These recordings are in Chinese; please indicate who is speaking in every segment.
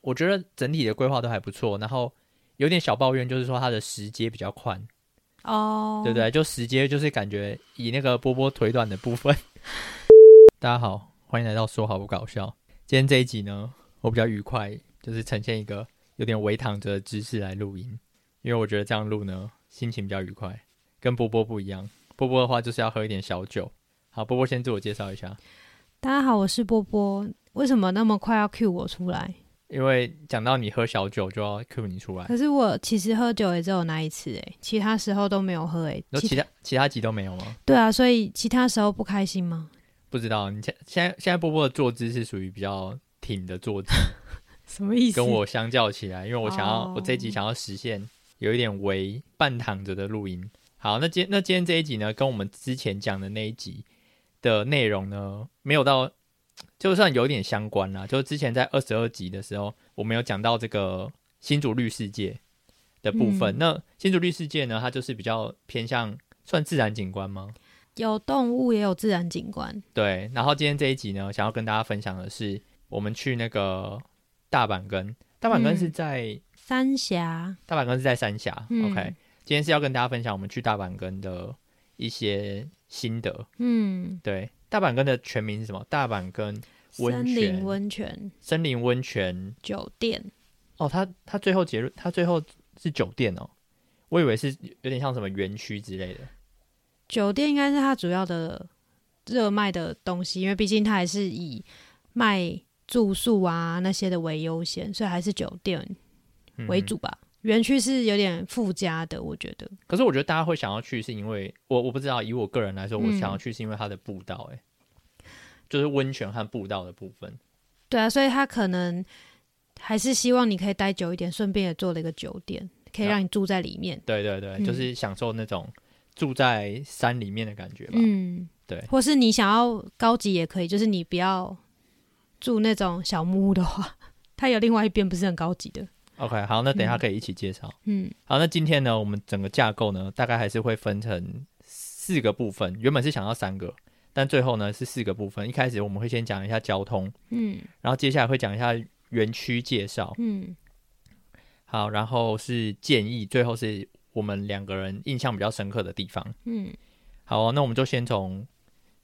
Speaker 1: 我觉得整体的规划都还不错。然后有点小抱怨，就是说它的石阶比较宽，
Speaker 2: 哦，
Speaker 1: 对不对？就石阶就是感觉以那个波波腿短的部分。 大家好，欢迎来到说好不搞笑。今天这一集呢，我比较愉快，就是呈现一个有点微躺着的姿势来录音，因为我觉得这样录呢，心情比较愉快，跟波波不一样。波波的话就是要喝一点小酒。好，波波先自我介绍一下。
Speaker 2: 大家好，我是波波。为什么那么快要 cue 我出来？
Speaker 1: 因为讲到你喝小酒就要 cue 你出来，
Speaker 2: 可是我其实喝酒也只有那一次哎，其他时候都没有喝哎。
Speaker 1: 然后
Speaker 2: 其
Speaker 1: 其他其他集都没有吗？
Speaker 2: 对啊，所以其他时候不开心吗？
Speaker 1: 不知道，你现现在现在波波的坐姿是属于比较挺的坐姿，
Speaker 2: 什么意思？
Speaker 1: 跟我相较起来，因为我想要、
Speaker 2: 哦
Speaker 1: 我这一集想要实现有一点为半躺着的录音。好，那今那今天这一集呢，跟我们之前讲的那一集的内容呢，没有到，就算有点相关啦。就是之前在二十二集的时候，我们有讲到这个新竹绿世界的部分。
Speaker 2: 嗯
Speaker 1: 那新竹绿世界呢，它就是比较偏向算自然景观吗？
Speaker 2: 有动物也有自然景观，
Speaker 1: 对，然后今天这一集呢，想要跟大家分享的是，我们去那个大阪根，大阪根
Speaker 2: 嗯
Speaker 1: 是在、
Speaker 2: 三峡。
Speaker 1: 大阪根是在三峡、
Speaker 2: 嗯
Speaker 1: OK，今天是要跟大家分享我们去大阪根的一些心得。
Speaker 2: 嗯，
Speaker 1: 对，大阪根的全名是什么？大阪根温
Speaker 2: 森
Speaker 1: 泉
Speaker 2: 林温泉
Speaker 1: 森林温泉。
Speaker 2: 酒店。
Speaker 1: 哦，它它最后结论，它最后是酒店哦，我以为是有点像什么园区之类的。
Speaker 2: 酒店应该是它主要的热卖的东西，因为毕竟它还是以卖住宿啊那些的为优先，所以还是酒店
Speaker 1: 嗯
Speaker 2: 为主吧。园区是有点附加的，我觉得。
Speaker 1: 可是我觉得大家会想要去，是因为我我不知道，以我个人来说，我
Speaker 2: 嗯
Speaker 1: 想要去是因为它的步道、欸，就是温泉和步道的部分。
Speaker 2: 对啊，所以他可能还是希望你可以待久一点，顺便也做了一个酒店，可以让你住在里面。
Speaker 1: 对对对，
Speaker 2: 嗯
Speaker 1: 就是享受那种住在山里面的感觉吧。
Speaker 2: 嗯，
Speaker 1: 对
Speaker 2: 或是你想要高级也可以，就是你不要住那种小木屋的话， 它有另外一边不是很高级的。
Speaker 1: OK，好，那等一下可以一起介绍。
Speaker 2: 嗯
Speaker 1: 好，那今天呢，我们整个架构呢，大概还是会分成四个部分。原本是想要三个，但最后呢是四个部分。一开始我们会先讲一下交通，
Speaker 2: 嗯
Speaker 1: 然后接下来会讲一下园区介绍，
Speaker 2: 嗯
Speaker 1: 好，然后是建议，最后是我们两个人印象比较深刻的地方。
Speaker 2: 嗯
Speaker 1: 好、哦，那我们就先从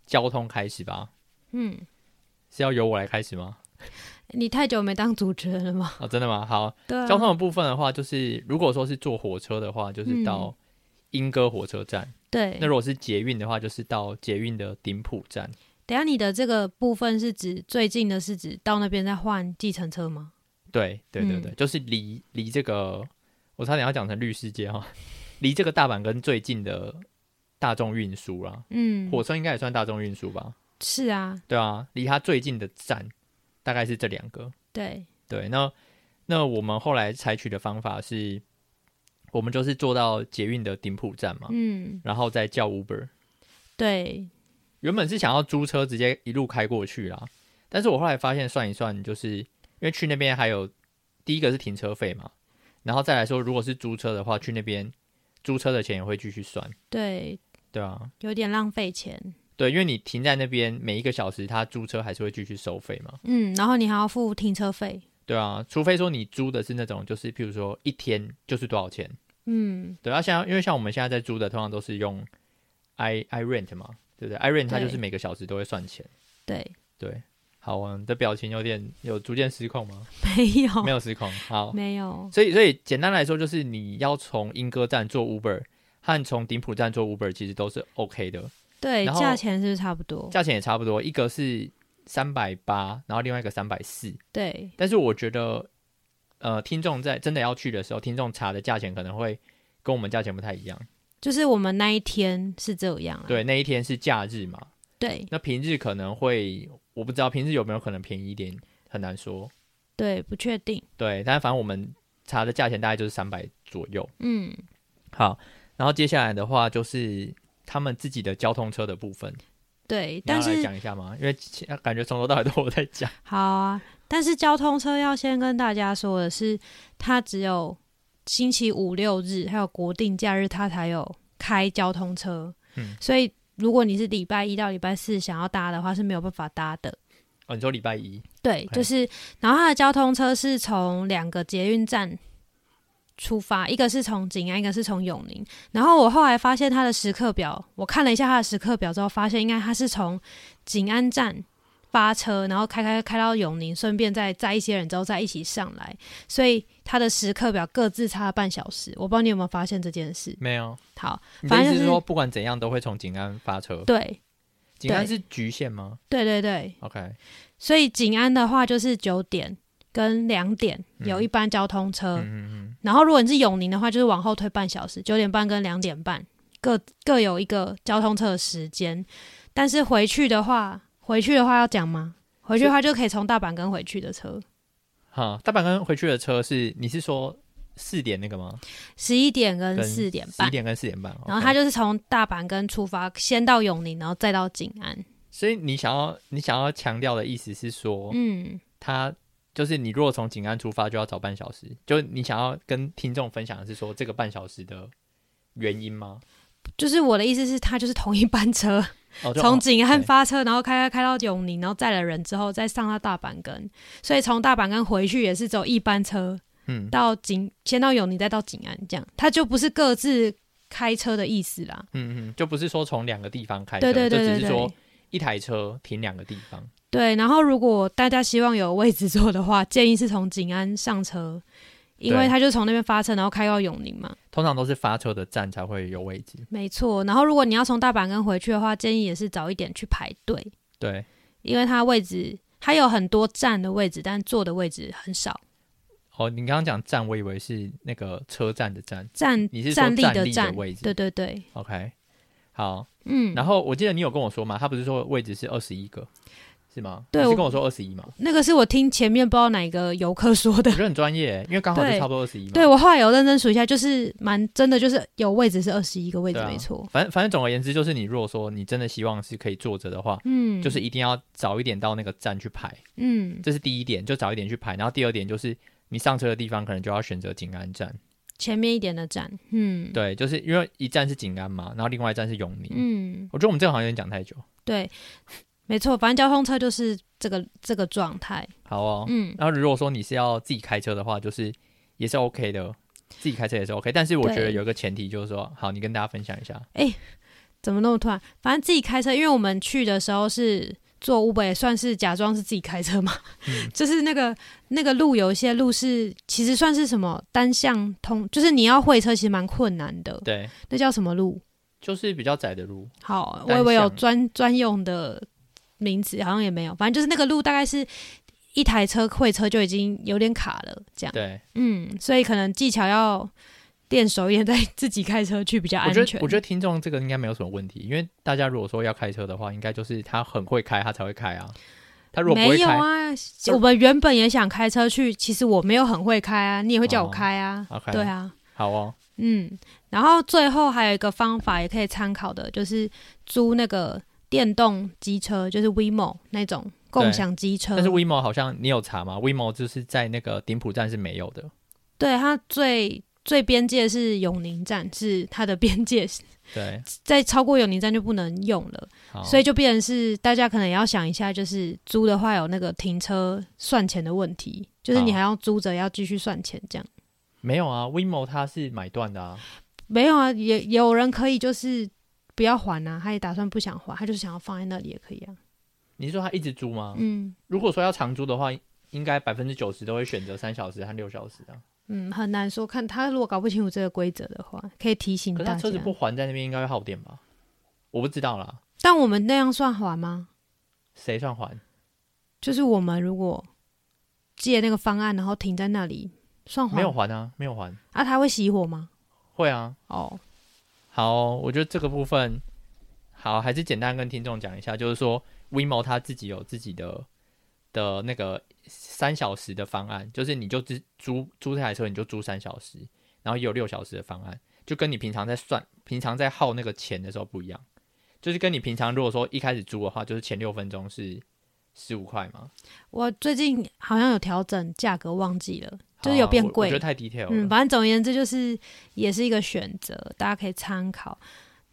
Speaker 1: 交通开始吧。
Speaker 2: 嗯，
Speaker 1: 是要由我来开始吗？
Speaker 2: 你太久没当主持人了吗？
Speaker 1: 啊、真的吗？好，
Speaker 2: 对、啊，
Speaker 1: 交通的部分的话，就是如果说是坐火车的话，就是到莺歌火车站；
Speaker 2: 嗯对
Speaker 1: 那。如果是捷运的话，就是到捷运的顶埔站。
Speaker 2: 等一下你的这个部分是指最近的，是指到那边再换计程车吗？
Speaker 1: 对，对，对，
Speaker 2: 嗯
Speaker 1: 对，就是离离这个，我差点要讲成绿世界哈、 离这个大阪跟最近的大众运输啦，
Speaker 2: 嗯，
Speaker 1: 火车应该也算大众运输吧？
Speaker 2: 是啊，
Speaker 1: 对啊，离它最近的站大概是这两个。
Speaker 2: 对，
Speaker 1: 对，那那我们后来采取的方法是，我们就是坐到捷运的顶埔站嘛，
Speaker 2: 嗯，
Speaker 1: 然后再叫 Uber。
Speaker 2: 对，
Speaker 1: 原本是想要租车直接一路开过去啦，但是我后来发现算一算，就是因为去那边还有第一个是停车费嘛，然后再来说，如果是租车的话，去那边租车的钱也会继续算，
Speaker 2: 对，
Speaker 1: 对啊，
Speaker 2: 有点浪费钱。
Speaker 1: 对，因为你停在那边每一个小时，他租车还是会继续收费嘛，
Speaker 2: 嗯，然后你还要付停车费。
Speaker 1: 对啊，除非说你租的是那种就是譬如说一天就是多少钱，
Speaker 2: 嗯，
Speaker 1: 对啊，像因为像我们现在在租的，通常都是用 i i rent 嘛，对不对？i rent 它
Speaker 2: 对
Speaker 1: 就是每个小时都会算钱。
Speaker 2: 对，
Speaker 1: 对，好啊，你的表情有点有逐渐失控吗？
Speaker 2: 没有，
Speaker 1: 没
Speaker 2: 有，
Speaker 1: 有失控，好。
Speaker 2: 哦没有，
Speaker 1: 所以所以简单来说，就是你要从莺歌站坐 Uber 和从顶埔站坐 Uber 其实都是 OK
Speaker 2: 哦
Speaker 1: 的，
Speaker 2: 对，
Speaker 1: 然后
Speaker 2: 价钱是不是差不多？
Speaker 1: 价钱也差不多，一个是三百八，然后另外一个三百四。
Speaker 2: 对，
Speaker 1: 但是我觉得，呃，听众在真的要去的时候，听众查的价钱可能会跟我们价钱不太一样。
Speaker 2: 就是我们那一天是这样啊。
Speaker 1: 对，那一天是假日嘛，
Speaker 2: 对
Speaker 1: 那平日可能会，我不知道平日有没有可能便宜一点，很难说。
Speaker 2: 对，不确定。
Speaker 1: 对，但反正我们查的价钱大概就是三百左右。
Speaker 2: 嗯，
Speaker 1: 好，然后接下来的话就是他们自己的交通车的部分，
Speaker 2: 对，
Speaker 1: 你要
Speaker 2: 但
Speaker 1: 来
Speaker 2: 是
Speaker 1: 讲一下吗？因为其感觉从头到尾都我在讲。
Speaker 2: 好啊，但是交通车要先跟大家说的是，它只有星期五六日还有国定假日，它才有开交通车。
Speaker 1: 嗯
Speaker 2: 所以如果你是礼拜一到礼拜四想要搭的话，是没有办法搭的。
Speaker 1: 哦，你说礼拜一
Speaker 2: 对，
Speaker 1: OK
Speaker 2: 就是，然后它的交通车是从两个捷运站出发，一个是从景安，一个是从永宁。然后我后来发现它的时刻表，我看了一下它的时刻表之后，发现应该它是从景安站发车，然后开开开到永宁，顺便再载一些人之后再一起上来，所以它的时刻表各自差了半小时。我不知道你有没有发现这件事。
Speaker 1: 没有？
Speaker 2: 好，
Speaker 1: 你的
Speaker 2: 反
Speaker 1: 意
Speaker 2: 正
Speaker 1: 思
Speaker 2: 就是
Speaker 1: 是说，不管怎样都会从景安发车？
Speaker 2: 对
Speaker 1: 景安
Speaker 2: 对
Speaker 1: 是局限吗
Speaker 2: 对对对，
Speaker 1: ？OK，
Speaker 2: 所以景安的话就是九点跟两点有
Speaker 1: 嗯
Speaker 2: 一班交通车。
Speaker 1: 嗯嗯
Speaker 2: 然后如果你是永宁的话，就是往后推半小时，九点半跟两点半各各有一个交通车的时间。但是回去的话，回去的话要讲吗？回去的话就可以从大阪跟回去的车，
Speaker 1: 嗯，好，大阪跟回去的车是你是说四点那个吗？
Speaker 2: 十一点跟
Speaker 1: 跟
Speaker 2: 四点
Speaker 1: 十一
Speaker 2: 半。
Speaker 1: 点跟四点半。哦
Speaker 2: 然后
Speaker 1: OK
Speaker 2: 他就是从大阪跟出发，先到永宁，然后再到景安。
Speaker 1: 所以你想要你想要强调的意思是说，
Speaker 2: 嗯，
Speaker 1: 他就是你如果从景安出发就要早半小时，就你想要跟听众分享的是说这个半小时的原因吗？
Speaker 2: 就是我的意思是，他就是同一班车，
Speaker 1: 哦，就
Speaker 2: 从
Speaker 1: 哦
Speaker 2: 景安
Speaker 1: 对
Speaker 2: 发车，然后开开开到永宁，然后载了人之后再上到大阪跟，所以从大阪跟回去也是走一班车，
Speaker 1: 嗯
Speaker 2: 到景，先到永宁，再到景安，这样，它就不是各自开车的意思啦。
Speaker 1: 嗯嗯，就不是说从两个地方开车，
Speaker 2: 对对对
Speaker 1: 就只是
Speaker 2: 对对
Speaker 1: 说。一台车停两个地方，
Speaker 2: 对，然后如果大家希望有位置坐的话，建议是从景安上车，因为
Speaker 1: 对
Speaker 2: 它就从那边发车，然后开到永宁嘛。
Speaker 1: 通常都是发车的站才会有位置。
Speaker 2: 没错，然后如果你要从大阪跟回去的话，建议也是早一点去排队，
Speaker 1: 对，
Speaker 2: 因为它位置它有很多站的位置，但坐的位置很少。
Speaker 1: 哦，你刚刚讲站，我以为是那个车站的站。
Speaker 2: 站
Speaker 1: 你是说
Speaker 2: 站立
Speaker 1: 站立
Speaker 2: 的
Speaker 1: 的
Speaker 2: 站，
Speaker 1: 位置
Speaker 2: 对对对，
Speaker 1: OK，好。
Speaker 2: 嗯，
Speaker 1: 然后我记得你有跟我说嘛，他不是说位置是二十一个，是吗？
Speaker 2: 对
Speaker 1: 你
Speaker 2: 我
Speaker 1: 是跟我说二十一嘛？
Speaker 2: 那个是我听前面不知道哪个游客说 的
Speaker 1: 我，觉得很专 业，因为刚好就
Speaker 2: 对
Speaker 1: 差不多二十一嘛。
Speaker 2: 对我后来有认真数一下，就是蛮真的，就是有位置是二十一个位置，
Speaker 1: 对啊
Speaker 2: 没错。
Speaker 1: 反正反正总而言之，就是你如果说你真的希望是可以坐着的话，
Speaker 2: 嗯，
Speaker 1: 就是一定要早一点到那个站去排，
Speaker 2: 嗯，
Speaker 1: 这是第一点，就早一点去排。然后第二点就是你上车的地方可能就要选择景安站，
Speaker 2: 前面一点的站，嗯，，
Speaker 1: 对，就是因为一站是景安嘛，然后另外一站是永宁。
Speaker 2: 嗯，
Speaker 1: 我觉得我们这个好像有点讲太久，
Speaker 2: 对，没错，反正交通车就是这个这个状态，
Speaker 1: 好哦。
Speaker 2: 嗯，
Speaker 1: 然后如果说你是要自己开车的话，就是也是 OK 的，自己开车也是 OK。但是我觉得
Speaker 2: 对
Speaker 1: 有一个前提就是说，好，你跟大家分享一下，
Speaker 2: 怎么那么突然？反正自己开车，因为我们去的时候是坐 Uber，也算是假装是自己开车嘛，
Speaker 1: 嗯
Speaker 2: 就是那个那个路有一些路是其实算是什么单向通，就是你要会车其实蛮困难的，
Speaker 1: 对，
Speaker 2: 那叫什么路？就是
Speaker 1: 比较窄的路，
Speaker 2: 好，我
Speaker 1: 单
Speaker 2: 以为有
Speaker 1: 向
Speaker 2: 专专用的名词，好像也没有。反正就是那个路大概是一台车会车就已经有点卡了，这样。
Speaker 1: 对。
Speaker 2: 嗯，所以可能技巧要练熟一点，再自己开车去比较
Speaker 1: 我
Speaker 2: 安
Speaker 1: 觉
Speaker 2: 全。
Speaker 1: 得我觉得听众这个应该没有什么问题，因为大家如果说要开车的话，应该就是他很会开，他才会开啊。他如果不会
Speaker 2: 没有
Speaker 1: 开、
Speaker 2: 啊，我们原本也想开车去，其实我没有很会开啊，你也会叫我
Speaker 1: 哦
Speaker 2: 开啊，
Speaker 1: o k
Speaker 2: 对，啊。
Speaker 1: 好哦，
Speaker 2: 嗯，然后最后还有一个方法也可以参考的，就是租那个电动机车，就是 WeMo 那种共
Speaker 1: 对
Speaker 2: 享机车。
Speaker 1: 但是 WeMo 好像你有查吗？WeMo 就是在那个顶埔站是没有的，
Speaker 2: 对，它最最边界是永宁站，是它的边界，
Speaker 1: 对，
Speaker 2: 再超过永宁站就不能用了，
Speaker 1: 好，
Speaker 2: 所以就变成是大家可能也要想一下，就是租的话有那个停车算钱的问题，就是你
Speaker 1: 好
Speaker 2: 还要租着要继续算钱这样。
Speaker 1: 没有啊，WeMo 它是买断的啊，
Speaker 2: 没有啊，也也有人可以就是不要还啊，他也打算不想还，他就是想要放在那里也可以啊。
Speaker 1: 你是说他一直租吗？
Speaker 2: 嗯
Speaker 1: 如果说要长租的话，应该百分之九十都会选择三小时和六小时啊。
Speaker 2: 嗯，很难说，看他如果搞不清楚这个规则的话，可以提醒
Speaker 1: 可是
Speaker 2: 大
Speaker 1: 他车
Speaker 2: 家
Speaker 1: 子。不还在那边，应该会耗电吧？我不知道啦，
Speaker 2: 但我们那样算还吗？
Speaker 1: 谁算还？
Speaker 2: 哦就是我们如果借那个方案，然后停在那里，算还
Speaker 1: 没有还啊，没有还，
Speaker 2: 啊？它会熄火吗？
Speaker 1: 会啊，
Speaker 2: 哦，
Speaker 1: 好，我觉得这个部分好，还是简单跟听众讲一下，就是说 WeMo 他自己有自己的的那个三小时的方案，就是你就只租租这台车，你就租三小时，然后也有六小时的方案，就跟你平常在算、平常在耗那个钱的时候不一样，就是跟你平常如果说一开始租的话，就是前六分钟是十五块嘛，
Speaker 2: 我最近好像有调整价格，忘记了，就是有
Speaker 1: 好啊
Speaker 2: 变
Speaker 1: 我我
Speaker 2: 贵
Speaker 1: 觉得。太 detail 了。
Speaker 2: 嗯，反正总而言之，就是也是一个选择，大家可以参考。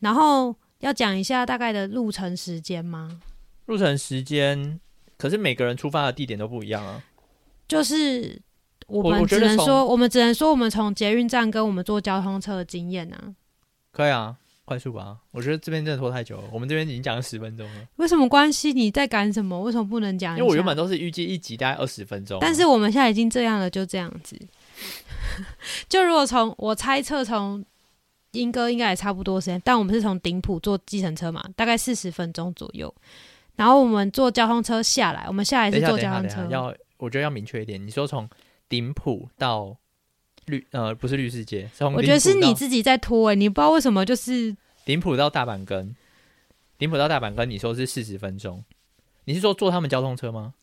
Speaker 2: 然后要讲一下大概的路程时间吗？
Speaker 1: 入城时间，可是每个人出发的地点都不一样啊。
Speaker 2: 就是我
Speaker 1: 我
Speaker 2: 们
Speaker 1: 我觉
Speaker 2: 只
Speaker 1: 得
Speaker 2: 能
Speaker 1: 从
Speaker 2: 说，我们只能说，我们从捷运站跟我们坐交通车的经验啊。
Speaker 1: 可以啊，快速吧。我觉得这边真的拖太久了，我们这边已经讲了十分钟了。
Speaker 2: 为什么关系？你在赶什么？为什么不能讲一
Speaker 1: 因
Speaker 2: 下？
Speaker 1: 为我原本都是预计一集大概二十分钟啊，
Speaker 2: 啊但是我们现在已经这样了，就这样子。 就如果从我猜测，从英哥应该也差不多时间，但我们是从顶埔坐计程车嘛，大概四十分钟左右。然后我们坐交通车下来，我们下来
Speaker 1: 等一
Speaker 2: 是
Speaker 1: 下
Speaker 2: 坐
Speaker 1: 等一
Speaker 2: 交
Speaker 1: 下等
Speaker 2: 通
Speaker 1: 一下，
Speaker 2: 车，
Speaker 1: 要我觉得要明确一点。你说从顶埔到绿呃不是绿世界，是从
Speaker 2: 我觉
Speaker 1: 顶
Speaker 2: 得是
Speaker 1: 埔到
Speaker 2: 你自己在拖诶、欸你不知道为什么就是
Speaker 1: 顶埔到大阪根，顶埔到大阪根，你说是四十分钟，你是说坐他们交通车吗？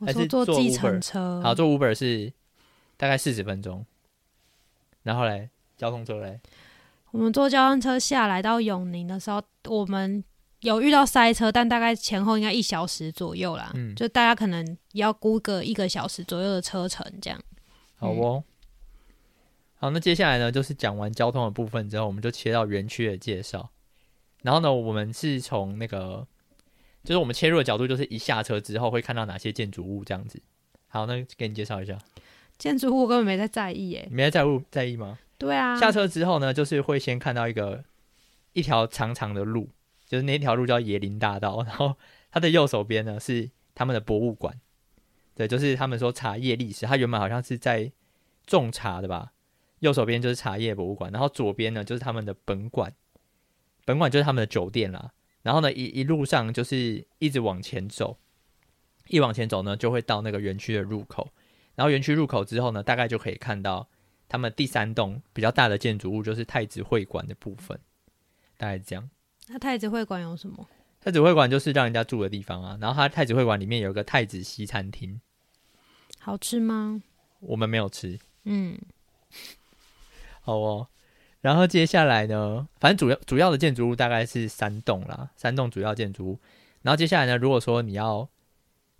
Speaker 2: 我
Speaker 1: 还
Speaker 2: 说
Speaker 1: 是
Speaker 2: 坐
Speaker 1: 坐
Speaker 2: 计
Speaker 1: Uber
Speaker 2: 程车，
Speaker 1: 好，坐 Uber 是大概四十分钟，然后嘞，交通车嘞，
Speaker 2: 我们坐交通车下来到永宁的时候，我们有遇到塞车，但大概前后应该一小时左右啦。
Speaker 1: 嗯
Speaker 2: 就大家可能要估个一个小时左右的车程这样。
Speaker 1: 好哦。好，那接下来呢，就是讲完交通的部分之后，我们就切到园区的介绍。然后呢，我们是从那个，就是我们切入的角度，就是一下车之后会看到哪些建筑物这样子。好，那给你介绍一下，
Speaker 2: 建筑物我根本没在在意耶。
Speaker 1: 你没在乎在意吗？
Speaker 2: 对啊，
Speaker 1: 下车之后呢，就是会先看到一个一条长长的路，就是那条路叫野林大道，然后它的右手边呢是他们的博物馆，对，就是他们说茶叶历史，它原本好像是在种茶的吧，右手边就是茶叶博物馆，然后左边呢就是他们的本馆，本馆就是他们的酒店啦，然后呢一一路上就是一直往前走，一往前走呢就会到那个园区的入口，然后园区入口之后呢，大概就可以看到。他们第三栋比较大的建筑物就是太子会馆的部分，大概这样。
Speaker 2: 那太子会馆有什么？
Speaker 1: 太子会馆就是让人家住的地方啊，然后它太子会馆里面有一个太子西餐厅，
Speaker 2: 好吃吗？
Speaker 1: 我们没有吃，
Speaker 2: 嗯，
Speaker 1: 好哦。然后接下来呢，反正主要主要的建筑物大概是三栋啦，三栋主要建筑物。然后接下来呢，如果说你要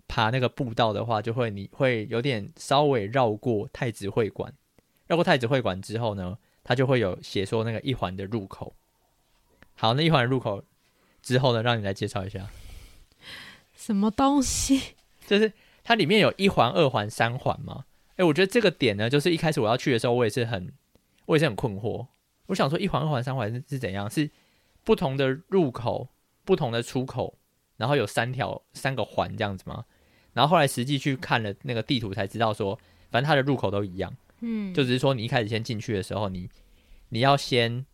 Speaker 1: 爬那个步道的话，就会你会有点稍微绕过太子会馆，绕过太子会馆之后呢，它就会有写说那个一环的入口。好，那一环的入口之后呢，让你来介绍一下，
Speaker 2: 什么东西？
Speaker 1: 就是它里面有一环、二环、三环嘛。哎，我觉得这个点呢，就是一开始我要去的时候，我也是很，我也是很困惑。我想说，一环、二环、三环是是怎样？是不同的入口、不同的出口，然后有三条、三个环这样子吗？然后后来实际去看了那个地图才知道说，反正它的入口都一样，
Speaker 2: 嗯，
Speaker 1: 就只是说你一开始先进去的时候，你你要先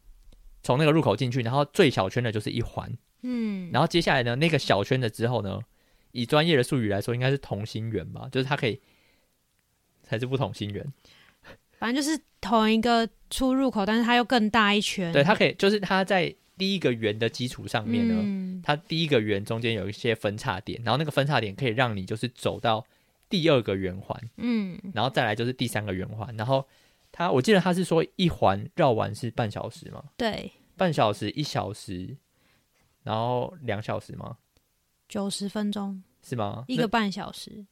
Speaker 1: 从那个入口进去，然后最小圈的就是一环，
Speaker 2: 嗯，
Speaker 1: 然后接下来呢，那个小圈的之后呢，以专业的术语来说，应该是同心圆吧，就是它可以才是不同心圆，
Speaker 2: 反正就是同一个出入口，但是它又更大一圈。
Speaker 1: 对，它可以就是它在第一个圆的基础上面呢，
Speaker 2: 嗯，
Speaker 1: 它第一个圆中间有一些分叉点，然后那个分叉点可以让你就是走到第二个圆环，
Speaker 2: 嗯，
Speaker 1: 然后再来就是第三个圆环，然后它我记得它是说一环绕完是半小时嘛，
Speaker 2: 对，
Speaker 1: 半小时、一小时，然后两小时吗？
Speaker 2: 九十分钟，
Speaker 1: 是吗？
Speaker 2: 一
Speaker 1: 那
Speaker 2: 个半小时。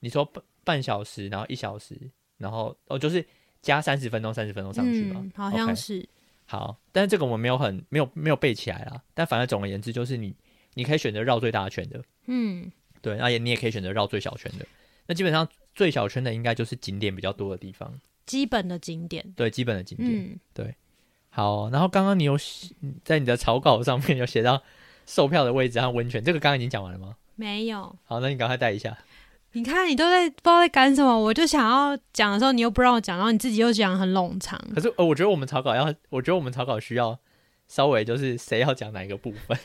Speaker 1: 你说半半小时，然后一小时，然后哦，就是加三十分钟，三十分钟上去嘛、
Speaker 2: 嗯，好像
Speaker 1: OK
Speaker 2: 是。
Speaker 1: 好，但是这个我们没有很没有没有背起来啦。但反正总而言之，就是你你可以选择绕最大圈的，
Speaker 2: 嗯，
Speaker 1: 对，而且你也可以选择绕最小圈的。那基本上最小圈的应该就是景点比较多的地方，
Speaker 2: 基本的景点。
Speaker 1: 对，基本的景点。
Speaker 2: 嗯，
Speaker 1: 好，哦然后刚刚你有写在你的草稿上面有写到售票的位置和温泉，这个刚刚已经讲完了吗？
Speaker 2: 没有。
Speaker 1: 好，那你赶快带一下。
Speaker 2: 你看，你都在不知道在干什么，我就想要讲的时候，你又不让我讲，然后你自己又讲很冗长。
Speaker 1: 可是呃，我觉得我们草稿要，我觉得我们草稿需要稍微就是谁要讲哪一个部分。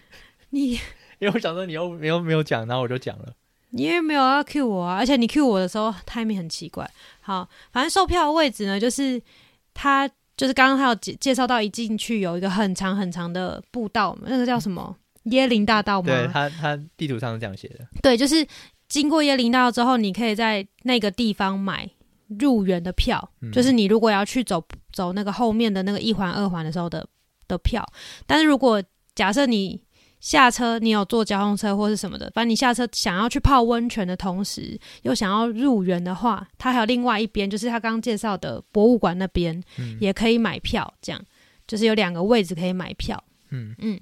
Speaker 2: 你
Speaker 1: 因为我想说你又没有没有讲，然后我就讲了。
Speaker 2: 你也没有要 cue 我啊，而且你 cue 我的时候 timing 很奇怪。好，反正售票的位置呢，就是它就是刚刚他有介介绍到，一进去有一个很长很长的步道，那个叫什么椰林大道吗？
Speaker 1: 对他，他地图上是这样写的。
Speaker 2: 对，就是经过椰林大道之后，你可以在那个地方买入园的票，
Speaker 1: 嗯
Speaker 2: 就是你如果要去走走那个后面的那个一环、二环的时候的的票。但是如果假设你下车，你有坐交通车或是什么的，反正你下车想要去泡温泉的同时，又想要入园的话，它还有另外一边，就是他刚刚介绍的博物馆那边、
Speaker 1: 嗯
Speaker 2: 也可以买票，这样就是有两个位置可以买票。
Speaker 1: 嗯，
Speaker 2: 嗯，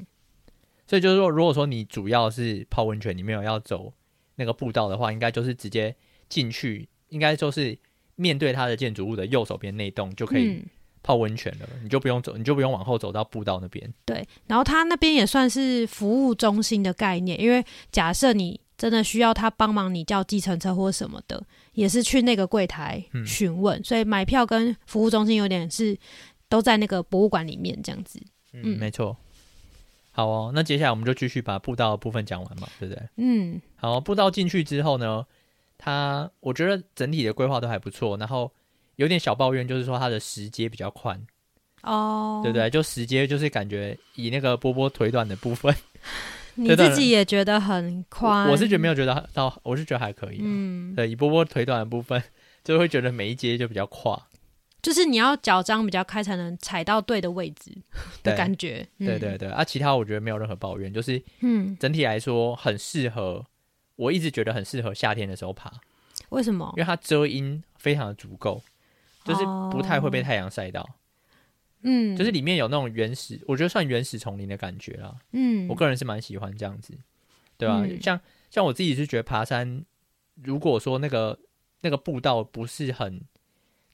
Speaker 1: 所以就是说，如果说你主要是泡温泉，你没有要走那个步道的话，应该就是直接进去，应该就是面对它的建筑物的右手边那栋就可以
Speaker 2: 嗯，
Speaker 1: 泡温泉了，你就不用走，你就不用往后走到步道那边。
Speaker 2: 对。然后它那边也算是服务中心的概念，因为假设你真的需要他帮忙，你叫计程车或什么的，也是去那个柜台
Speaker 1: 嗯
Speaker 2: 询问。所以买票跟服务中心有点是都在那个博物馆里面这样子。
Speaker 1: 嗯，
Speaker 2: 嗯
Speaker 1: 没错。好哦，那接下来我们就继续把步道的部分讲完嘛，对不对？
Speaker 2: 嗯
Speaker 1: 好，步道进去之后呢，它我觉得整体的规划都还不错，然后有点小抱怨就是说它的石阶比较宽，
Speaker 2: 哦，
Speaker 1: 对不？对？就石阶就是感觉以那个波波腿短的部分，
Speaker 2: 你
Speaker 1: 对对
Speaker 2: 自己也觉得很宽，
Speaker 1: 我是觉得没有觉得到，我是觉得还可以啊、
Speaker 2: 嗯，
Speaker 1: 对，以波波腿短的部分，就会觉得每一阶就比较跨。
Speaker 2: 就是你要脚张比较开才能踩到对的位置的
Speaker 1: 对
Speaker 2: 感觉。嗯
Speaker 1: 对对，对，啊，其他我觉得没有任何抱怨，就是
Speaker 2: 嗯，
Speaker 1: 整体来说很适合，我一直觉得很适合夏天的时候爬，
Speaker 2: 为什么
Speaker 1: 因？为它遮阴非常的足够，就是不太
Speaker 2: 哦
Speaker 1: 会被太阳晒到。
Speaker 2: 嗯，
Speaker 1: 就是里面有那种原始，我觉得算原始丛林的感觉啦。
Speaker 2: 嗯，
Speaker 1: 我个人是蛮喜欢这样子，对吧、
Speaker 2: 嗯
Speaker 1: 像像我自己是觉得爬山，如果说那个那个步道不是很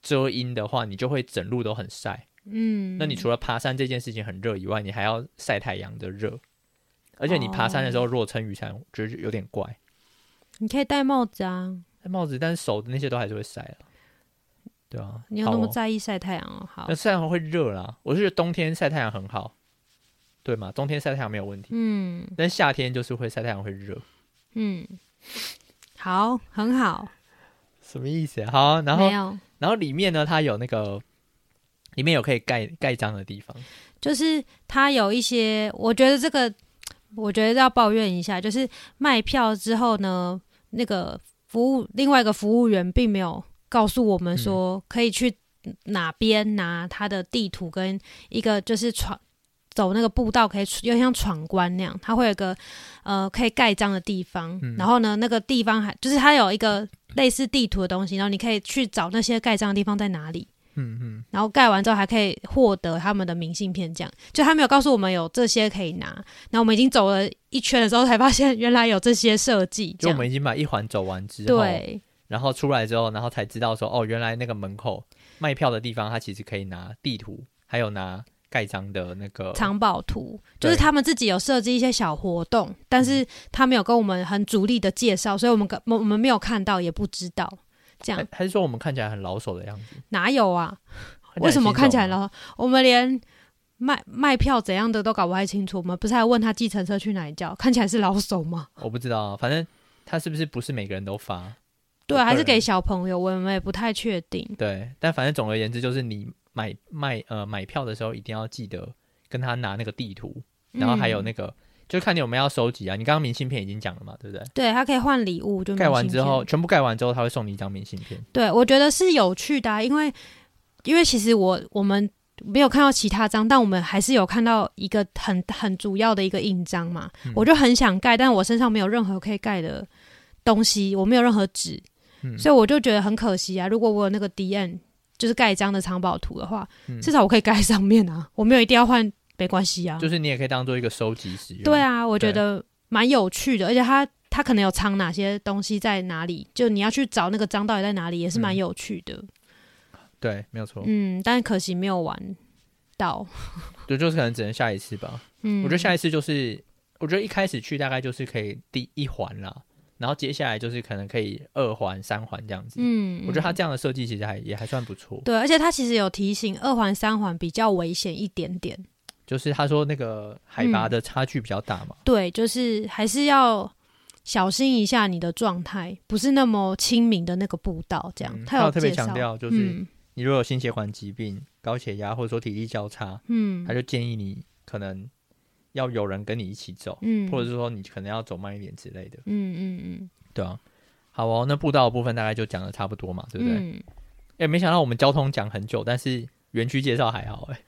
Speaker 1: 遮阴的话，你就会整路都很晒。
Speaker 2: 嗯，
Speaker 1: 那你除了爬山这件事情很热以外，你还要晒太阳的热，而且你爬山的
Speaker 2: 哦
Speaker 1: 时候如果撑雨伞，我觉得有点怪。
Speaker 2: 你可以戴帽子啊，
Speaker 1: 戴帽子，但是手的那些都还是会晒了，对啊。
Speaker 2: 你有那
Speaker 1: 好
Speaker 2: 么
Speaker 1: 哦
Speaker 2: 在意晒太阳哦？好
Speaker 1: 那，晒太阳会热啦，我是觉得冬天晒太阳很好，对吗？冬天晒太阳没有问题，
Speaker 2: 嗯
Speaker 1: 但夏天就是会晒太阳会热，
Speaker 2: 嗯，好，很好，
Speaker 1: 什么意思、啊？好，然后
Speaker 2: 没有，
Speaker 1: 然后里面呢，它有那个里面有可以盖盖章的地方，
Speaker 2: 就是它有一些，我觉得这个，我觉得要抱怨一下，就是卖票之后呢，那个服务另外一个服务员并没有告诉我们
Speaker 1: 嗯
Speaker 2: 说可以去哪边拿他的地图跟一个就是闯。走那个步道可以有点像闯关那样，它会有一个呃可以盖章的地方，
Speaker 1: 嗯
Speaker 2: 然后呢那个地方还就是它有一个类似地图的东西，然后你可以去找那些盖章的地方在哪里。
Speaker 1: 嗯嗯，
Speaker 2: 然后盖完之后还可以获得他们的明信片，这样就他没有告诉我们有这些可以拿。然后我们已经走了一圈的时候，才发现原来有这些设计，这
Speaker 1: 就我
Speaker 2: 样
Speaker 1: 们已经把一环走完之后，
Speaker 2: 对
Speaker 1: 然后出来之后，然后才知道说，哦，原来那个门口卖票的地方，它其实可以拿地图，还有拿盖章的那个，
Speaker 2: 藏宝图，就是
Speaker 1: 对
Speaker 2: 他们自己有设计一些小活动，但是他没有跟我们很主力的介绍，所以我们跟我们没有看到，也不知道。这样
Speaker 1: 还还是说我们看起来很老手的样子？
Speaker 2: 哪有啊？为什么看起来
Speaker 1: 老？
Speaker 2: 呢？我们连卖卖票怎样的都搞不太清楚。我们不是还问他计程车去哪里叫？看起来是老手吗？
Speaker 1: 我不知道啊，反正他是不是不是每个人都发？
Speaker 2: 对，啊
Speaker 1: 我个
Speaker 2: 还是
Speaker 1: 人
Speaker 2: 给小朋友？我们也不太确定。
Speaker 1: 对，但反正总而言之，就是你买卖呃买票的时候，一定要记得跟他拿那个地图，然后还有
Speaker 2: 嗯
Speaker 1: 那个，就看你有没有要收集啊。你刚刚明信片已经讲了嘛，对不对？
Speaker 2: 对，它可以换礼物，就
Speaker 1: 盖
Speaker 2: 明
Speaker 1: 完
Speaker 2: 信
Speaker 1: 之后，
Speaker 2: 片，
Speaker 1: 全部盖完之后，他会送你一张明信片。
Speaker 2: 对我觉得是有趣的、啊，因为因为其实我我们没有看到其他章，但我们还是有看到一个很很主要的一个印章嘛，
Speaker 1: 嗯
Speaker 2: 我就很想盖，但我身上没有任何可以盖的东西，我没有任何纸，
Speaker 1: 嗯
Speaker 2: 所以我就觉得很可惜啊。如果我有那个 D N 就是盖章的藏宝图的话，
Speaker 1: 嗯
Speaker 2: 至少我可以盖上面啊，我没有一定要换，没关系啊。
Speaker 1: 就是你也可以当做一个收集使用。
Speaker 2: 对，啊，我觉
Speaker 1: 对
Speaker 2: 得蛮有趣的，而且他他可能有藏哪些东西在哪里，就你要去找那个章到底在哪里，也是蛮
Speaker 1: 嗯
Speaker 2: 有趣的。
Speaker 1: 对，没有错。
Speaker 2: 嗯但可惜没有玩到。
Speaker 1: 对，就是可能只能下一次吧。
Speaker 2: 嗯，
Speaker 1: 我觉得下一次就是，我觉得一开始去大概就是可以第一环啦，然后接下来就是可能可以二环、三环这样子。
Speaker 2: 嗯，
Speaker 1: 我觉得它
Speaker 2: 嗯
Speaker 1: 这样的设计其实还也还算不错。
Speaker 2: 对，而且他其实有提醒二环三环比较危险一点点，
Speaker 1: 就是他说那个海
Speaker 2: 嗯
Speaker 1: 拔的差距比较大嘛，
Speaker 2: 对，就是还是要。小心一下你的状态，不是那么亲民的那个步道，这样、
Speaker 1: 嗯
Speaker 2: 他
Speaker 1: 他有
Speaker 2: 有
Speaker 1: 特别
Speaker 2: 介绍
Speaker 1: 强调就是
Speaker 2: 嗯
Speaker 1: 你如果有心血管疾病、高血压或者说体力交叉，
Speaker 2: 嗯
Speaker 1: 他就建议你可能要有人跟你一起走，
Speaker 2: 嗯，
Speaker 1: 或者是说你可能要走慢一点之类的，
Speaker 2: 嗯嗯嗯，
Speaker 1: 对啊。好哦，那步道的部分大概就讲的差不多嘛，对不对？哎、
Speaker 2: 嗯
Speaker 1: 没想到我们交通讲很久，但是园区介绍还好哎、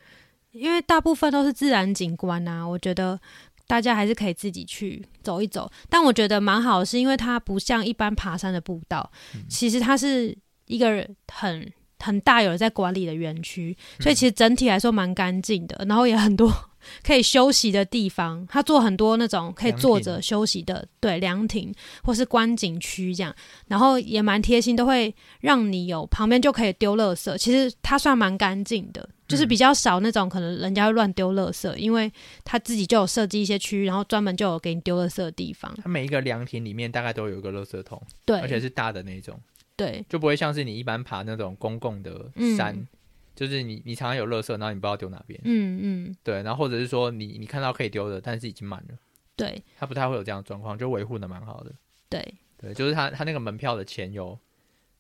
Speaker 2: 因为大部分都是自然景观啊，我觉得大家还是可以自己去走一走。但我觉得蛮好的，是因为它不像一般爬山的步道，其实它是一个人很
Speaker 1: 嗯
Speaker 2: 很大有人在管理的园区，所以其实整体来说蛮干净的，然后也很多可以休息的地方，它做很多那种可以
Speaker 1: 凉
Speaker 2: 坐
Speaker 1: 亭
Speaker 2: 着休息的，对，凉亭或是观景区这样，然后也蛮贴心，都会让你有旁边就可以丢垃圾。其实它算蛮干净
Speaker 1: 嗯
Speaker 2: 的，就是比较少那种可能人家会乱丢垃圾，因为它自己就有设计一些区域，然后专门就有给你丢垃圾的地方。
Speaker 1: 它每一个凉亭里面大概都有一个垃圾桶，
Speaker 2: 对，
Speaker 1: 而且是大的那种，
Speaker 2: 对
Speaker 1: 就不会像是你一般爬那种公共的山，
Speaker 2: 嗯
Speaker 1: 就是你你常常有垃圾，然后你不知道丢哪边，
Speaker 2: 嗯嗯，
Speaker 1: 对，然后或者是说你你看到可以丢的，但是已经满了，
Speaker 2: 对
Speaker 1: 它不太会有这样的状况，就维护的蛮好的，
Speaker 2: 对，
Speaker 1: 对，就是它它那个门票的钱有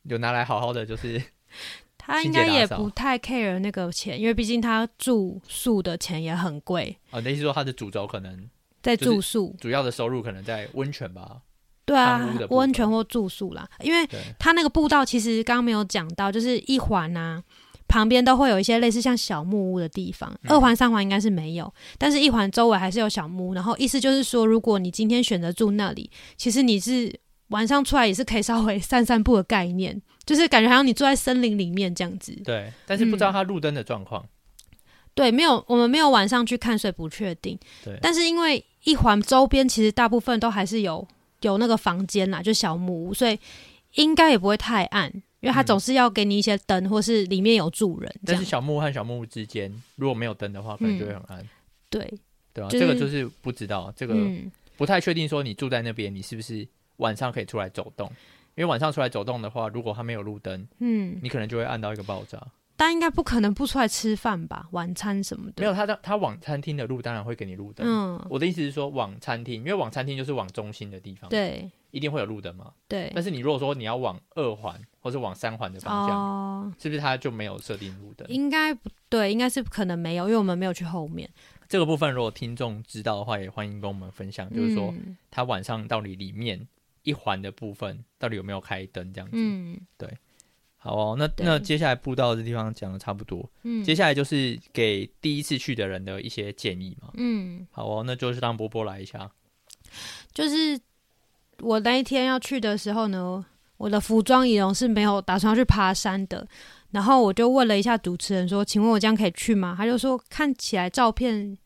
Speaker 1: 有拿来好好的，就是
Speaker 2: 他应
Speaker 1: 清洁
Speaker 2: 该
Speaker 1: 打
Speaker 2: 也
Speaker 1: 扫
Speaker 2: 不太 care 那个钱，因为毕竟他住宿的钱也很贵，
Speaker 1: 啊，你的意思说它的主轴可能
Speaker 2: 在
Speaker 1: 就是
Speaker 2: 住宿。
Speaker 1: 主要的收入可能在温泉吧，
Speaker 2: 对啊
Speaker 1: 汤屋的，部分
Speaker 2: 温泉或住宿啦，因为
Speaker 1: 对，
Speaker 2: 它那个步道其实刚刚没有讲到，就是一环啊，旁边都会有一些类似像小木屋的地方，
Speaker 1: 嗯
Speaker 2: 二环、三环应该是没有，但是一环周围还是有小木屋。然后意思就是说，如果你今天选择住那里，其实你是晚上出来也是可以稍微 散散步的概念，就是感觉好像你住在森林里面这样子。
Speaker 1: 对，但是不知道它路灯的状况。
Speaker 2: 对，没有，我们没有晚上去看，所以不确定。
Speaker 1: 对
Speaker 2: 但是因为一环周边其实大部分都还是有有那个房间啊啦，就小木屋，所以应该也不会太暗，因为它
Speaker 1: 嗯
Speaker 2: 总是要给你一些灯，或是里面有住人这
Speaker 1: 但
Speaker 2: 样
Speaker 1: 是。小木屋和小木屋之间如果没有灯的话，可能就会很暗，
Speaker 2: 对，
Speaker 1: 对吧、啊？
Speaker 2: 嗯就是
Speaker 1: 这个就是不知道，这个
Speaker 2: 嗯，
Speaker 1: 不太确定说你住在那边，你是不是晚上可以出来走动？因为晚上出来走动的话，如果它没有路灯，
Speaker 2: 嗯，
Speaker 1: 你可能就会按到一个爆炸。
Speaker 2: 但应该不可能不出来吃饭吧，晚餐什么的。
Speaker 1: 没有，它的它往餐厅的路当然会给你路灯。
Speaker 2: 嗯，
Speaker 1: 我的意思是说，往餐厅，因为往餐厅就是往中心的地方，，
Speaker 2: 对
Speaker 1: 一定会有路灯嘛。
Speaker 2: 对。
Speaker 1: 但是你如果说你要往二环或是往三环的方向，
Speaker 2: 哦，
Speaker 1: 是不是它就没有设定路灯？
Speaker 2: 应该不对，应该是可能没有，因为我们没有去后面。
Speaker 1: 这个部分如果听众知道的话，也欢迎跟我们分享，就是说
Speaker 2: 嗯
Speaker 1: 它晚上到底里面一环的部分到底有没有开灯这样子。
Speaker 2: 嗯
Speaker 1: 好哦，那
Speaker 2: 对
Speaker 1: 那接下来步道的地方讲的差不多，
Speaker 2: 嗯，
Speaker 1: 接下来就是给第一次去的人的一些建议嘛。
Speaker 2: 嗯。
Speaker 1: 好哦，那就是让波波来一下。
Speaker 2: 就是我那一天要去的时候呢，我的服装仪容是没有打算要去爬山的。然后我就问了一下主持人说：“请问我这样可以去吗？”他就说：“看起来照片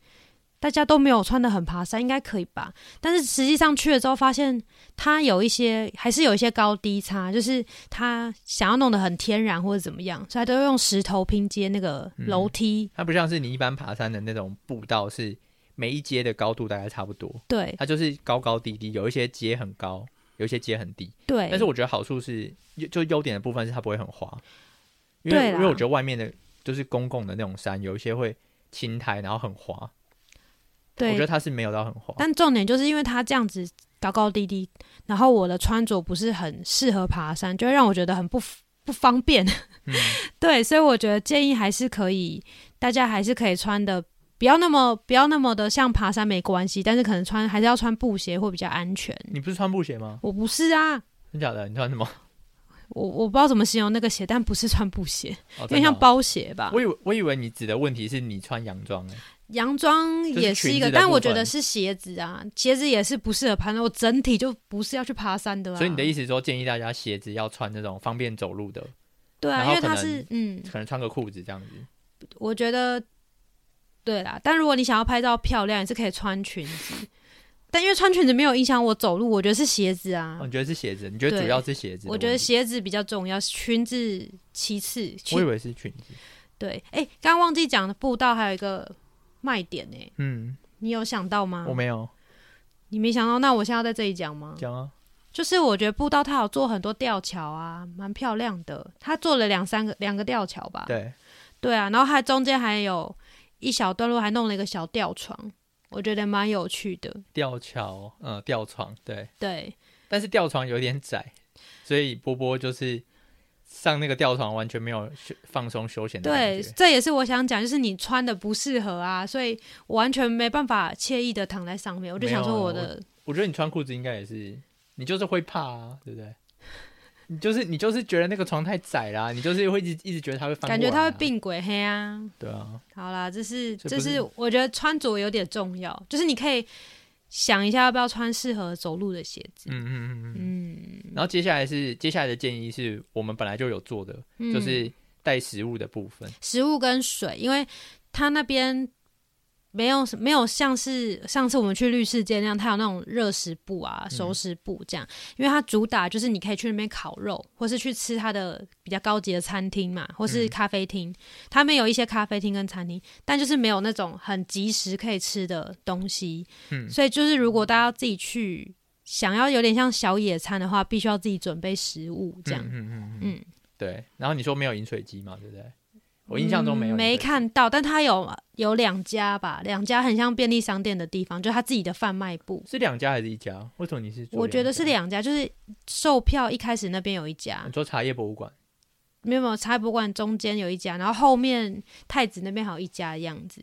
Speaker 2: 大家都没有穿的很爬山，应该可以吧？”但是实际上去了之后，发现它有一些还是有一些高低差，就是他想要弄得很天然或者怎么样，所以他都用石头拼接那个楼梯。
Speaker 1: 它不像是你一般爬山的那种步道，是每一阶的高度大概差不多，
Speaker 2: 对
Speaker 1: 它就是高高低低，有一些阶很高，有一些阶很低。
Speaker 2: 对，
Speaker 1: 但是我觉得好处是，就就优点的部分是它不会很滑，因为
Speaker 2: 对啦
Speaker 1: 因为我觉得外面的就是公共的那种山，有一些会青苔，然后很滑。我
Speaker 2: 对
Speaker 1: 觉得它是没有到很滑。
Speaker 2: 但重点就是因为它这样子高高低低，然后我的穿着不是很适合爬山，就会让我觉得很不 f- 不方便。
Speaker 1: 嗯，
Speaker 2: 对，所以我觉得建议还是可以，大家还是可以穿的。不要那么不要那么的像爬山没关系，但是可能穿还是要穿布鞋会比较安全。
Speaker 1: 你不是穿布鞋吗？
Speaker 2: 我不是啊，
Speaker 1: 真假的？你穿什么？
Speaker 2: 我我不知道怎么形容那个鞋，但不是穿布鞋，
Speaker 1: 哦，
Speaker 2: 有
Speaker 1: 真
Speaker 2: 点
Speaker 1: 的
Speaker 2: 像
Speaker 1: 哦。
Speaker 2: 包鞋吧。
Speaker 1: 我以为我以为你指的问题是你穿洋装、欸，
Speaker 2: 洋装也是
Speaker 1: 就是裙
Speaker 2: 一个，
Speaker 1: 子的
Speaker 2: 但
Speaker 1: 部
Speaker 2: 我
Speaker 1: 分
Speaker 2: 觉得是鞋子啊，鞋子也是不适合爬山。我整体就不是要去爬山的啊。
Speaker 1: 所以你的意思是说建议大家鞋子要穿那种方便走路的，
Speaker 2: 对啊，
Speaker 1: 然
Speaker 2: 因
Speaker 1: 后
Speaker 2: 为
Speaker 1: 可
Speaker 2: 它
Speaker 1: 能
Speaker 2: 是嗯，
Speaker 1: 可能穿个裤子这样子。
Speaker 2: 我觉得对啦，但如果你想要拍照漂亮，也是可以穿裙子。但因为穿裙子没有影响我走路，我觉得是鞋子啊
Speaker 1: 哦，。你觉得是鞋子？你觉得
Speaker 2: 对
Speaker 1: 主要是鞋子的
Speaker 2: 我
Speaker 1: 问题？
Speaker 2: 觉得鞋子比较重要，裙子其次。
Speaker 1: 我以
Speaker 2: 裙
Speaker 1: 为是裙子。
Speaker 2: 对，哎、刚刚忘记讲的步道还有一个卖点呢、
Speaker 1: 嗯，
Speaker 2: 你有想到吗
Speaker 1: 我？没有
Speaker 2: 你没想到，那我现在要在这里讲吗？
Speaker 1: 讲啊。
Speaker 2: 就是我觉得步道它有做很多吊桥啊，蛮漂亮的。它做了两三个两个吊桥吧？
Speaker 1: 对，
Speaker 2: 对啊，然后它中间还有一小段路，还弄了一个小吊床，我觉得蛮有趣的。
Speaker 1: 吊桥，嗯，吊床，对。
Speaker 2: 对，
Speaker 1: 但是吊床有点窄，所以波波就是上那个吊床完全没有休放松休闲的感
Speaker 2: 对
Speaker 1: 觉，。
Speaker 2: 这也是我想讲，就是你穿的不适合啊，所以我完全没办法惬意的躺在上面。我就想说，我的
Speaker 1: 我觉得你穿裤子应该也是，你就是会怕啊，对不对？你就是你就是觉得那个床太窄啦、你就是会一直一直觉得它会翻、啊
Speaker 2: 感觉它会。并轨黑啊。
Speaker 1: 对啊，
Speaker 2: 好啦，这是
Speaker 1: 这
Speaker 2: 这
Speaker 1: 不是
Speaker 2: 是我觉得穿着有点重要，就是你可以想一下要不要穿适合走路的鞋子。
Speaker 1: 嗯嗯嗯嗯。
Speaker 2: 嗯，
Speaker 1: 然后接下来是接下来的建议是我们本来就有做的，
Speaker 2: 嗯
Speaker 1: 就是带食物的部分。
Speaker 2: 食物跟水，因为它那边没有没有像是上次我们去绿世界那样，它有那种热食部啊、
Speaker 1: 嗯
Speaker 2: 熟食部这样，因为它主打就是你可以去那边烤肉，或是去吃它的比较高级的餐厅嘛，或是
Speaker 1: 嗯
Speaker 2: 咖啡厅。他们有一些咖啡厅跟餐厅，但就是没有那种很及时可以吃的东西。
Speaker 1: 嗯
Speaker 2: 所以就是如果大家自己去，想要有点像小野餐的话，必须要自己准备食物这样。
Speaker 1: 嗯嗯嗯嗯，
Speaker 2: 嗯，
Speaker 1: 对。然后你说没有饮水机嘛，对不对？我印象中没有饮
Speaker 2: 嗯
Speaker 1: 水
Speaker 2: 没
Speaker 1: 机，
Speaker 2: 看到，但它有有两家吧，两家很像便利商店的地方，就它自己的贩卖部。
Speaker 1: 是两家还是一家？为什么你是？
Speaker 2: 我觉得是。两家，就是售票一开始那边有一家
Speaker 1: 你，说茶叶博物馆，
Speaker 2: 没有没有茶博物馆中间有一家，然后后面太子那边还有一家的样子。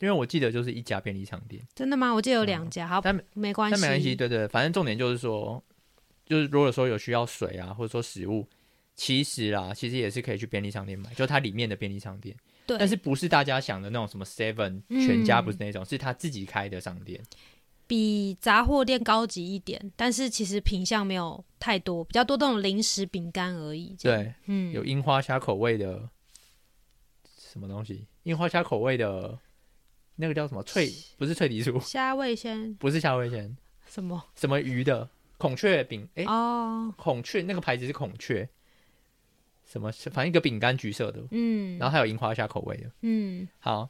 Speaker 1: 因为我记得就是一家便利商店，
Speaker 2: 真的吗？我记得有两家，好，
Speaker 1: 但没
Speaker 2: 没关
Speaker 1: 但
Speaker 2: 系，
Speaker 1: 没关系，对对，反正重点就是说，就是如果说有需要水啊，或者说食物，其实啦，其实也是可以去便利商店买，就它里面的便利商店。
Speaker 2: 对
Speaker 1: 但是不是大家想的那种什么 Seven
Speaker 2: 嗯
Speaker 1: 全家不是那种，是他自己开的商店。
Speaker 2: 比杂货店高级一点，但是其实品相没有太多，比较多那种零食饼干而已。这样，
Speaker 1: 对，
Speaker 2: 嗯，
Speaker 1: 有樱花虾口味的什么东西？樱花虾口味的那个叫什么脆？不是脆皮酥，
Speaker 2: 虾味先
Speaker 1: 不是虾味鲜，
Speaker 2: 什么？
Speaker 1: 什么鱼的孔雀饼？诶，
Speaker 2: 哦，
Speaker 1: 孔雀那个牌子是孔雀，什么？反正一个饼干橘色的，
Speaker 2: 嗯，
Speaker 1: 然后还有樱花虾口味的。
Speaker 2: 嗯
Speaker 1: 好，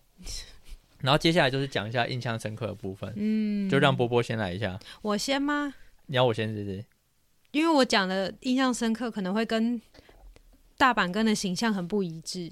Speaker 1: 然后接下来就是讲一下印象深刻的部分，
Speaker 2: 嗯，
Speaker 1: 就让波波先来一下。
Speaker 2: 我先吗？
Speaker 1: 你要我先是不是？
Speaker 2: 因为我讲的印象深刻，可能会跟大阪跟的形象很不一致。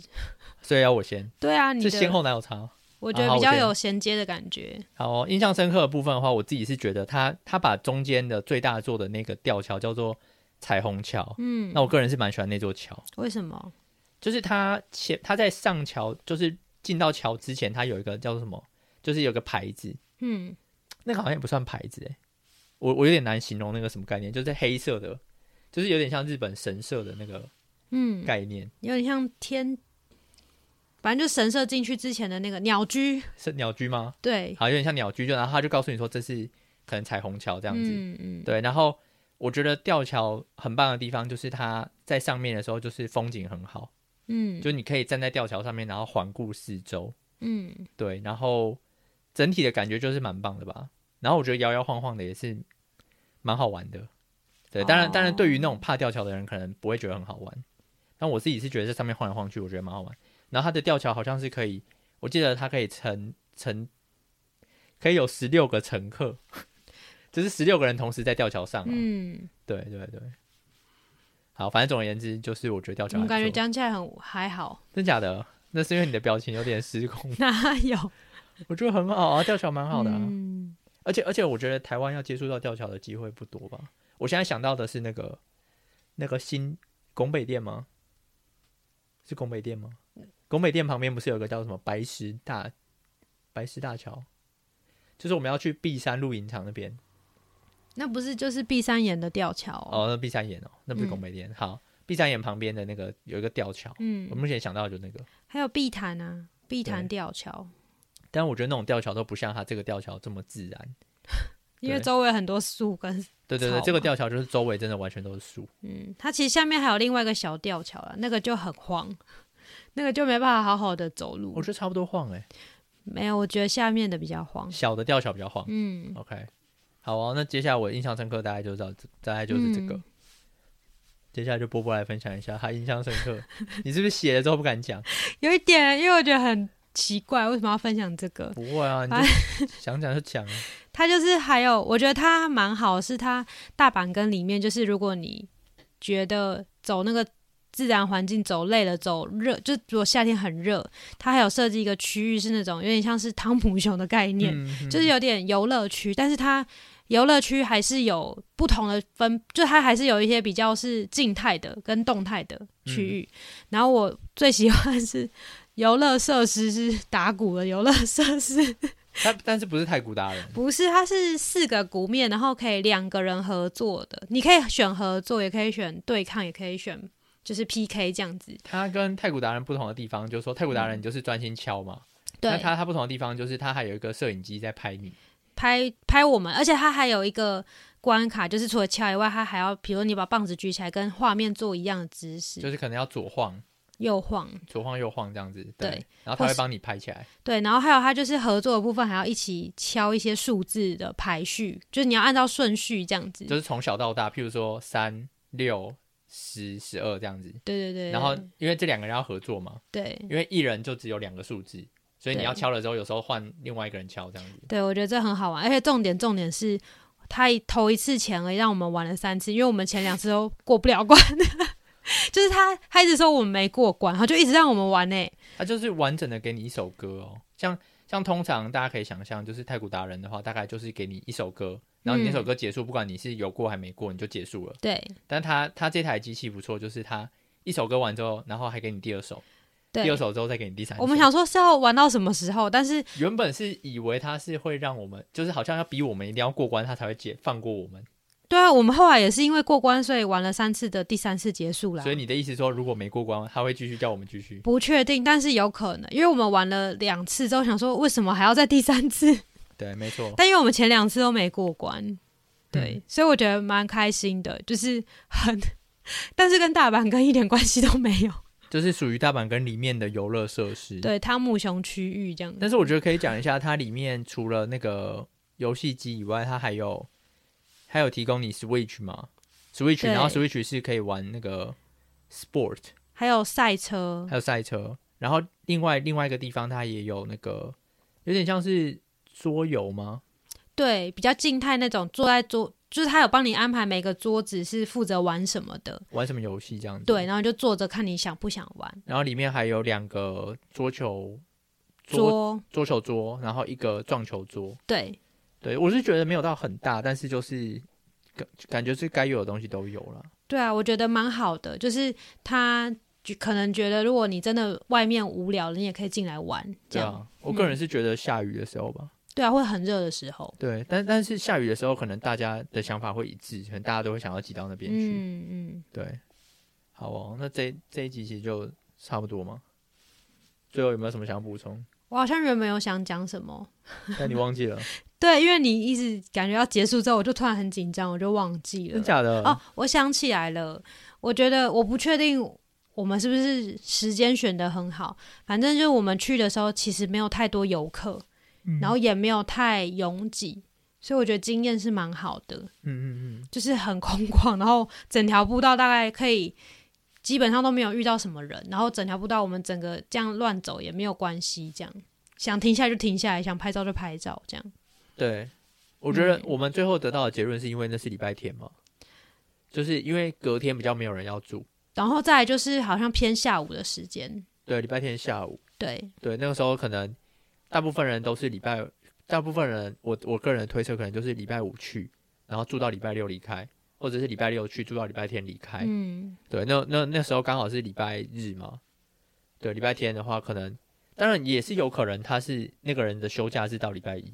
Speaker 1: 所以要我先，
Speaker 2: 对啊，你
Speaker 1: 这
Speaker 2: 的
Speaker 1: 先后哪有差？
Speaker 2: 我觉
Speaker 1: 啊好
Speaker 2: 得比
Speaker 1: 我
Speaker 2: 较
Speaker 1: 先
Speaker 2: 有衔接的感觉。
Speaker 1: 好、哦，印象深刻的部分的话，我自己是觉得他他把中间的最大座的那个吊桥叫做彩虹桥，
Speaker 2: 嗯，
Speaker 1: 啊那我个人是蛮喜欢那座桥，
Speaker 2: 为什么？
Speaker 1: 就是他前他在上桥，就是进到桥之前，他有一个叫做什么，就是有个牌子，
Speaker 2: 嗯，
Speaker 1: 那个好像也不算牌子诶，我我有点难形容那个什么概念，就是黑色的，就是有点像日本神社的那个
Speaker 2: 嗯，
Speaker 1: 概念，
Speaker 2: 有点像天，反正就神社进去之前的那个鸟居，
Speaker 1: 是鸟居吗？
Speaker 2: 对，
Speaker 1: 好，有点像鸟居，就然后他就告诉你说这是可能彩虹桥这样子，
Speaker 2: 嗯嗯，
Speaker 1: 对，然后我觉得吊桥很棒的地方就是它在上面的时候，就是风景很好，
Speaker 2: 嗯
Speaker 1: 就你可以站在吊桥上面，然后环顾四周，
Speaker 2: 嗯，
Speaker 1: 对，然后整体的感觉就是蛮棒的吧。然后我觉得摇摇晃晃的也是蛮好玩的，对，当然，当然，对于
Speaker 2: 哦
Speaker 1: 那种怕吊桥的人，可能不会觉得很好玩，但我自己是觉得在上面晃来晃去，我觉得蛮好玩。然后它的吊桥好像是可以，我记得它可以乘乘，可以有十六个乘客， 就是十六个人同时在吊桥上、啊，
Speaker 2: 嗯，
Speaker 1: 对对对，好，反正总而言之，就是我觉得吊
Speaker 2: 我
Speaker 1: 桥还
Speaker 2: 们
Speaker 1: 不
Speaker 2: 感觉
Speaker 1: 错，
Speaker 2: 讲起来很还好，，
Speaker 1: 真假的？那是因为你的表情有点失控
Speaker 2: 哪有？
Speaker 1: 我觉得很好啊，吊桥蛮好的、啊，
Speaker 2: 嗯
Speaker 1: 而且而且我觉得台湾要接触到吊桥的机会不多吧。我现在想到的是那个那个新拱北店吗？是拱北店吗？拱北店旁边不是有个叫什么白石大白石大桥？就是我们要去碧山露营场那边，
Speaker 2: 那不是就是碧山岩的吊桥哦？
Speaker 1: 哦，那碧山岩哦，那不是拱北店。好，碧山岩旁边的那个有一个吊桥，
Speaker 2: 嗯
Speaker 1: 我，目前想到的就那个。
Speaker 2: 还有碧潭啊，碧潭
Speaker 1: 对
Speaker 2: 吊桥，
Speaker 1: 但我觉得那种吊桥都不像它这个吊桥这么自然。
Speaker 2: 因为
Speaker 1: 对
Speaker 2: 周围很多树跟
Speaker 1: 对对对，
Speaker 2: 草
Speaker 1: 这个
Speaker 2: 嘛
Speaker 1: 吊桥就是周围真的完全都是树。
Speaker 2: 嗯，它其实下面还有另外一个小吊桥了，那个就很晃， 那个就没办法好好的走路
Speaker 1: 我。觉得差不多晃哎、
Speaker 2: 没有，我觉得下面的比较晃。
Speaker 1: 小的吊桥比较晃。
Speaker 2: 嗯，
Speaker 1: OK，好哦，那接下来我印象深刻大概就是到这，大概就是这个。
Speaker 2: 嗯
Speaker 1: 接下来就波波来分享一下他印象深刻。 你是不是写了之后不敢讲？
Speaker 2: 有一点，因为我觉得很奇怪，为什么要分享这个？
Speaker 1: 不会 啊，你就想讲就讲啊。
Speaker 2: 它就是还有，我觉得它蛮好，是它大阪跟里面，就是如果你觉得走那个自然环境走累了，走热，就如果夏天很热，它还有设计一个区域是那种有点像是汤姆熊的概念，
Speaker 1: 嗯
Speaker 2: 就是有点游乐区，但是它游乐区还是有不同的分，就它还是有一些比较是静态的跟动态的
Speaker 1: 嗯
Speaker 2: 区域。然后我最喜欢是游乐设施是打鼓的游乐设施，
Speaker 1: 他，但是不是太古达人？
Speaker 2: 不是，它是四个鼓面，然后可以两个人合作的，你可以选合作，也可以选对抗，也可以选就是 PK 这样子。
Speaker 1: 他跟太古达人不同的地方，就是说太古达人你就是专心敲嘛。那
Speaker 2: 嗯对，嗯
Speaker 1: 他他不同的地方就是他还有一个摄影机在拍你。
Speaker 2: 拍拍我们，而且它还有一个关卡，就是除了敲以外，它还要，比如你把棒子举起来，跟画面做一样的姿势，
Speaker 1: 就是可能要左晃，
Speaker 2: 右晃，
Speaker 1: 左晃右晃这样子，
Speaker 2: 对，
Speaker 1: 然后他
Speaker 2: 或
Speaker 1: 会
Speaker 2: 是
Speaker 1: 帮你拍起来，
Speaker 2: 对，然后还有它就是合作的部分，还要一起敲一些数字的排序，就是你要按照顺序这样子。
Speaker 1: 就是从小到大，譬如说三六十十二这样子，
Speaker 2: 对对对，
Speaker 1: 然后因为这两个人要合作嘛，
Speaker 2: 对
Speaker 1: 因为一人就只有两个数字，所以你
Speaker 2: 对
Speaker 1: 要敲了之后，有时候换另外一个人敲这样子。
Speaker 2: 对，我觉得这很好玩，而且重点重点是。他一头一次钱而已，让我们玩了三次，因为我们前两次都过不了关， 就是他他一直说我们没过关，他就一直让我们玩呢、
Speaker 1: 它就是完整的给你一首歌哦，像像通常大家可以想象，就是太古达人的话，大概就是给你一首歌，然后你那
Speaker 2: 嗯
Speaker 1: 首歌结束，不管你是有过还没过，你就结束了。
Speaker 2: 对
Speaker 1: 但它它这台机器不错，就是它一首歌完之后，然后还给你第二首，第
Speaker 2: 对
Speaker 1: 二，首之后再给你第三首。
Speaker 2: 我们想说是要玩到什么时候，但是
Speaker 1: 原本是以为它是会让我们，就是好像要逼我们一定要过关，它才会解放过我们。
Speaker 2: 对啊，我们后来也是因为过关，所以玩了三次的第三次结束了。
Speaker 1: 所以你的意思说，如果没过关，它会继续叫我们继续？
Speaker 2: 不确定，但是有可能，因为我们玩了两次之后，想说为什么还要再第 三次？
Speaker 1: 对，没错。
Speaker 2: 但因为我们前两次都没过关，对，
Speaker 1: 嗯
Speaker 2: 所以我觉得蛮开心的，就是很，但是跟大阪跟一点关系都没有。
Speaker 1: 就是属于大阪跟里面的游乐设施。
Speaker 2: 对，汤姆熊区域这样子，
Speaker 1: 但是我觉得可以讲一下，它里面除了那个游戏机以外，它还有还有提供你 Switch 嘛，Switch，
Speaker 2: 对
Speaker 1: 然后 Switch 是可以玩那个 Sport，
Speaker 2: 还有赛车，
Speaker 1: 还有赛车，然后另外另外一个地方它也有那个有点像是桌游吗？
Speaker 2: 对，比较静态那种，坐在桌，就是他有帮你安排每个桌子是负责玩什么的，
Speaker 1: 玩什么游戏这样子？
Speaker 2: 对，。然后就坐着看你想不想玩
Speaker 1: 然后里面还有两个桌球桌
Speaker 2: 桌，
Speaker 1: 桌球桌，然后一个撞球桌。
Speaker 2: 对，
Speaker 1: 对我是觉得没有到很大，但是就是感感觉是该有的东西都有了。
Speaker 2: 对啊，我觉得蛮好的，就是他就可能觉得，如果你真的外面无聊，你也可以进来玩，这
Speaker 1: 对
Speaker 2: 样嗯
Speaker 1: 啊，我个人是觉得下雨的时候吧，
Speaker 2: 对啊，会很热的时候，
Speaker 1: 对，但但是下雨的时候，可能大家的想法会一致，可能大家都会想要挤到那边去。
Speaker 2: 嗯嗯，
Speaker 1: 对，好哦，那这这一集其实就差不多嘛。最后有没有什么想补充？
Speaker 2: 我好像原本有想讲什么，
Speaker 1: 但你忘记 了，
Speaker 2: 对，因为你一直感觉要结束之后，我就突然很紧张，我就忘记
Speaker 1: 真
Speaker 2: 了。
Speaker 1: 假的？
Speaker 2: 哦，我想起来了，我觉得我不确定我们是不是时间选的很好，反正就是我们去的时候其实没有太多游客，
Speaker 1: 嗯
Speaker 2: 然后也没有太拥挤，所以我觉得经验是蛮好的。
Speaker 1: 嗯嗯嗯，
Speaker 2: 就是很 空旷，然后整条步道大概可以基本上都没有遇到什么人，然后整条步道我们整个这样乱走也没有关系，这样想停下来就停下来，想拍照就拍照，这样
Speaker 1: 对，我觉
Speaker 2: 嗯
Speaker 1: 得我们最后得到的结论是因为那是礼拜天嘛，就是因为隔天比较没有人要住，
Speaker 2: 然后再来就是好像偏下午的时间，
Speaker 1: 对，礼拜天下午，
Speaker 2: 对
Speaker 1: 对，那个时候可能大部分人都是礼拜，大部分人我我个人推测可能就是礼拜五去，然后住到礼拜六离开，或者是礼拜六去住到礼拜天离开。
Speaker 2: 嗯，
Speaker 1: 对，那那那时候刚好是礼拜日嘛，对，礼拜天的话可能，当然也是有可能他是那个人的休假是到礼拜一，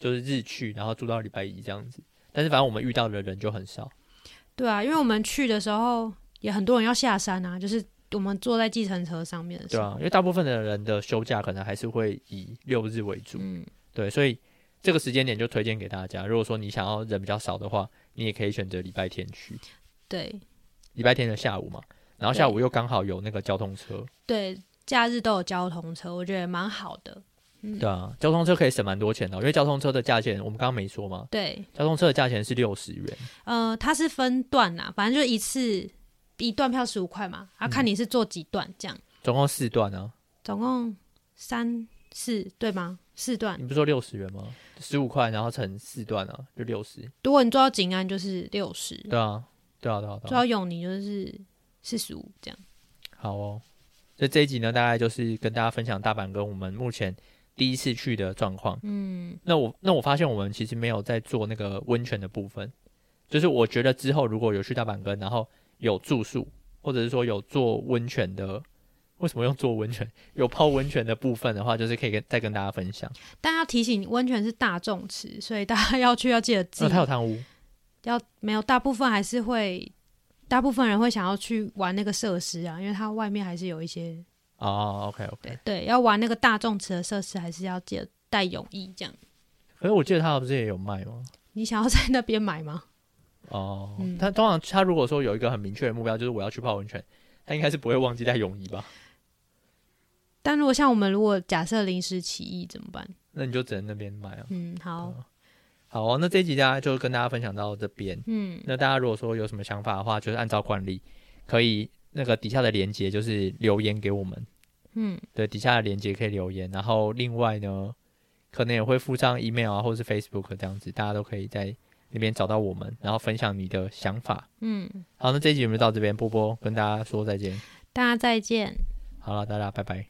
Speaker 1: 就是日去，然后住到礼拜一这样子。但是反正我们遇到的人就很少，
Speaker 2: 对啊，因为我们去的时候也很多人要下山啊，就是我们坐在计程车上面的时
Speaker 1: 对
Speaker 2: 候，
Speaker 1: 啊，因为大部分的人的休假可能还是会以六日为主。
Speaker 2: 嗯，
Speaker 1: 对，所以这个时间点就推荐给大家。如果说你想要人比较少的话，你也可以选择礼拜天去，
Speaker 2: 对
Speaker 1: 礼拜天的下午嘛。然后下午又刚好有那个交通车，
Speaker 2: 对，假日都有交通车，我觉得也蛮好的，
Speaker 1: 对啊，交通车可以省蛮多钱的哦，因为交通车的价钱我们刚刚没说嘛，
Speaker 2: 对，
Speaker 1: 交通车的价钱是六十元，
Speaker 2: 呃，它是分段啦，反正就一次一段票十五块嘛，啊，
Speaker 1: 嗯
Speaker 2: 看你是做几段这样，
Speaker 1: 总共四段啊。
Speaker 2: 总共三四对吗？四段
Speaker 1: 你。不是说六十元吗？十五块，然后乘四段啊，就六十。
Speaker 2: 如果你做到景安就是六十，
Speaker 1: 对啊，对啊，对啊，
Speaker 2: 做
Speaker 1: 对啊
Speaker 2: 到。永宁就是四十五这样。
Speaker 1: 好哦，所以这一集呢，大概就是跟大家分享大阪跟我们目前第一次去的状况。
Speaker 2: 嗯，
Speaker 1: 那我那我发现我们其实没有在做那个温泉的部分，就是我觉得之后如果有去大阪根，然后有住宿，或者是说有做温泉的，为什么用做温泉？ 有泡温泉的部分的话，就是可以跟再跟大家分享。
Speaker 2: 但要提醒，温泉是大众池，所以大家 要去要记得自
Speaker 1: 那、哦
Speaker 2: 己、
Speaker 1: 它有汤屋，
Speaker 2: 要没有，大部分还是会，大部分人会想要去玩那个设施啊，因为它外面还是有一些
Speaker 1: 哦，OK OK。
Speaker 2: 对，要玩那个大众池的设施，还是要记得带泳衣这样。
Speaker 1: 可是我记得它不是也有卖吗？
Speaker 2: 你想要在那边买吗？
Speaker 1: 哦
Speaker 2: 嗯，
Speaker 1: 它通常它如果说有一个很明确的目标，就是我要去泡温泉，他应该是不会忘记带泳衣吧？
Speaker 2: 但如果像我们，如果假设临时起意怎么办？
Speaker 1: 那你就只能那边买啊。
Speaker 2: 嗯，好，
Speaker 1: 好、哦那这一集大家就跟大家分享到这边。
Speaker 2: 嗯，
Speaker 1: 那大家如果说有什么想法的话，就是按照惯例，可以那个底下的连接就是留言给我们。
Speaker 2: 嗯，
Speaker 1: 对，底下的连接可以留言。然后另外呢，可能也会附上 email 啊，或是 Facebook 这样子，大家都可以在那边找到我们，然后分享你的想法。
Speaker 2: 嗯，
Speaker 1: 好，那这一集我们就到这边，波波跟大家说再见。
Speaker 2: 大家再见。
Speaker 1: 好了，大家拜拜。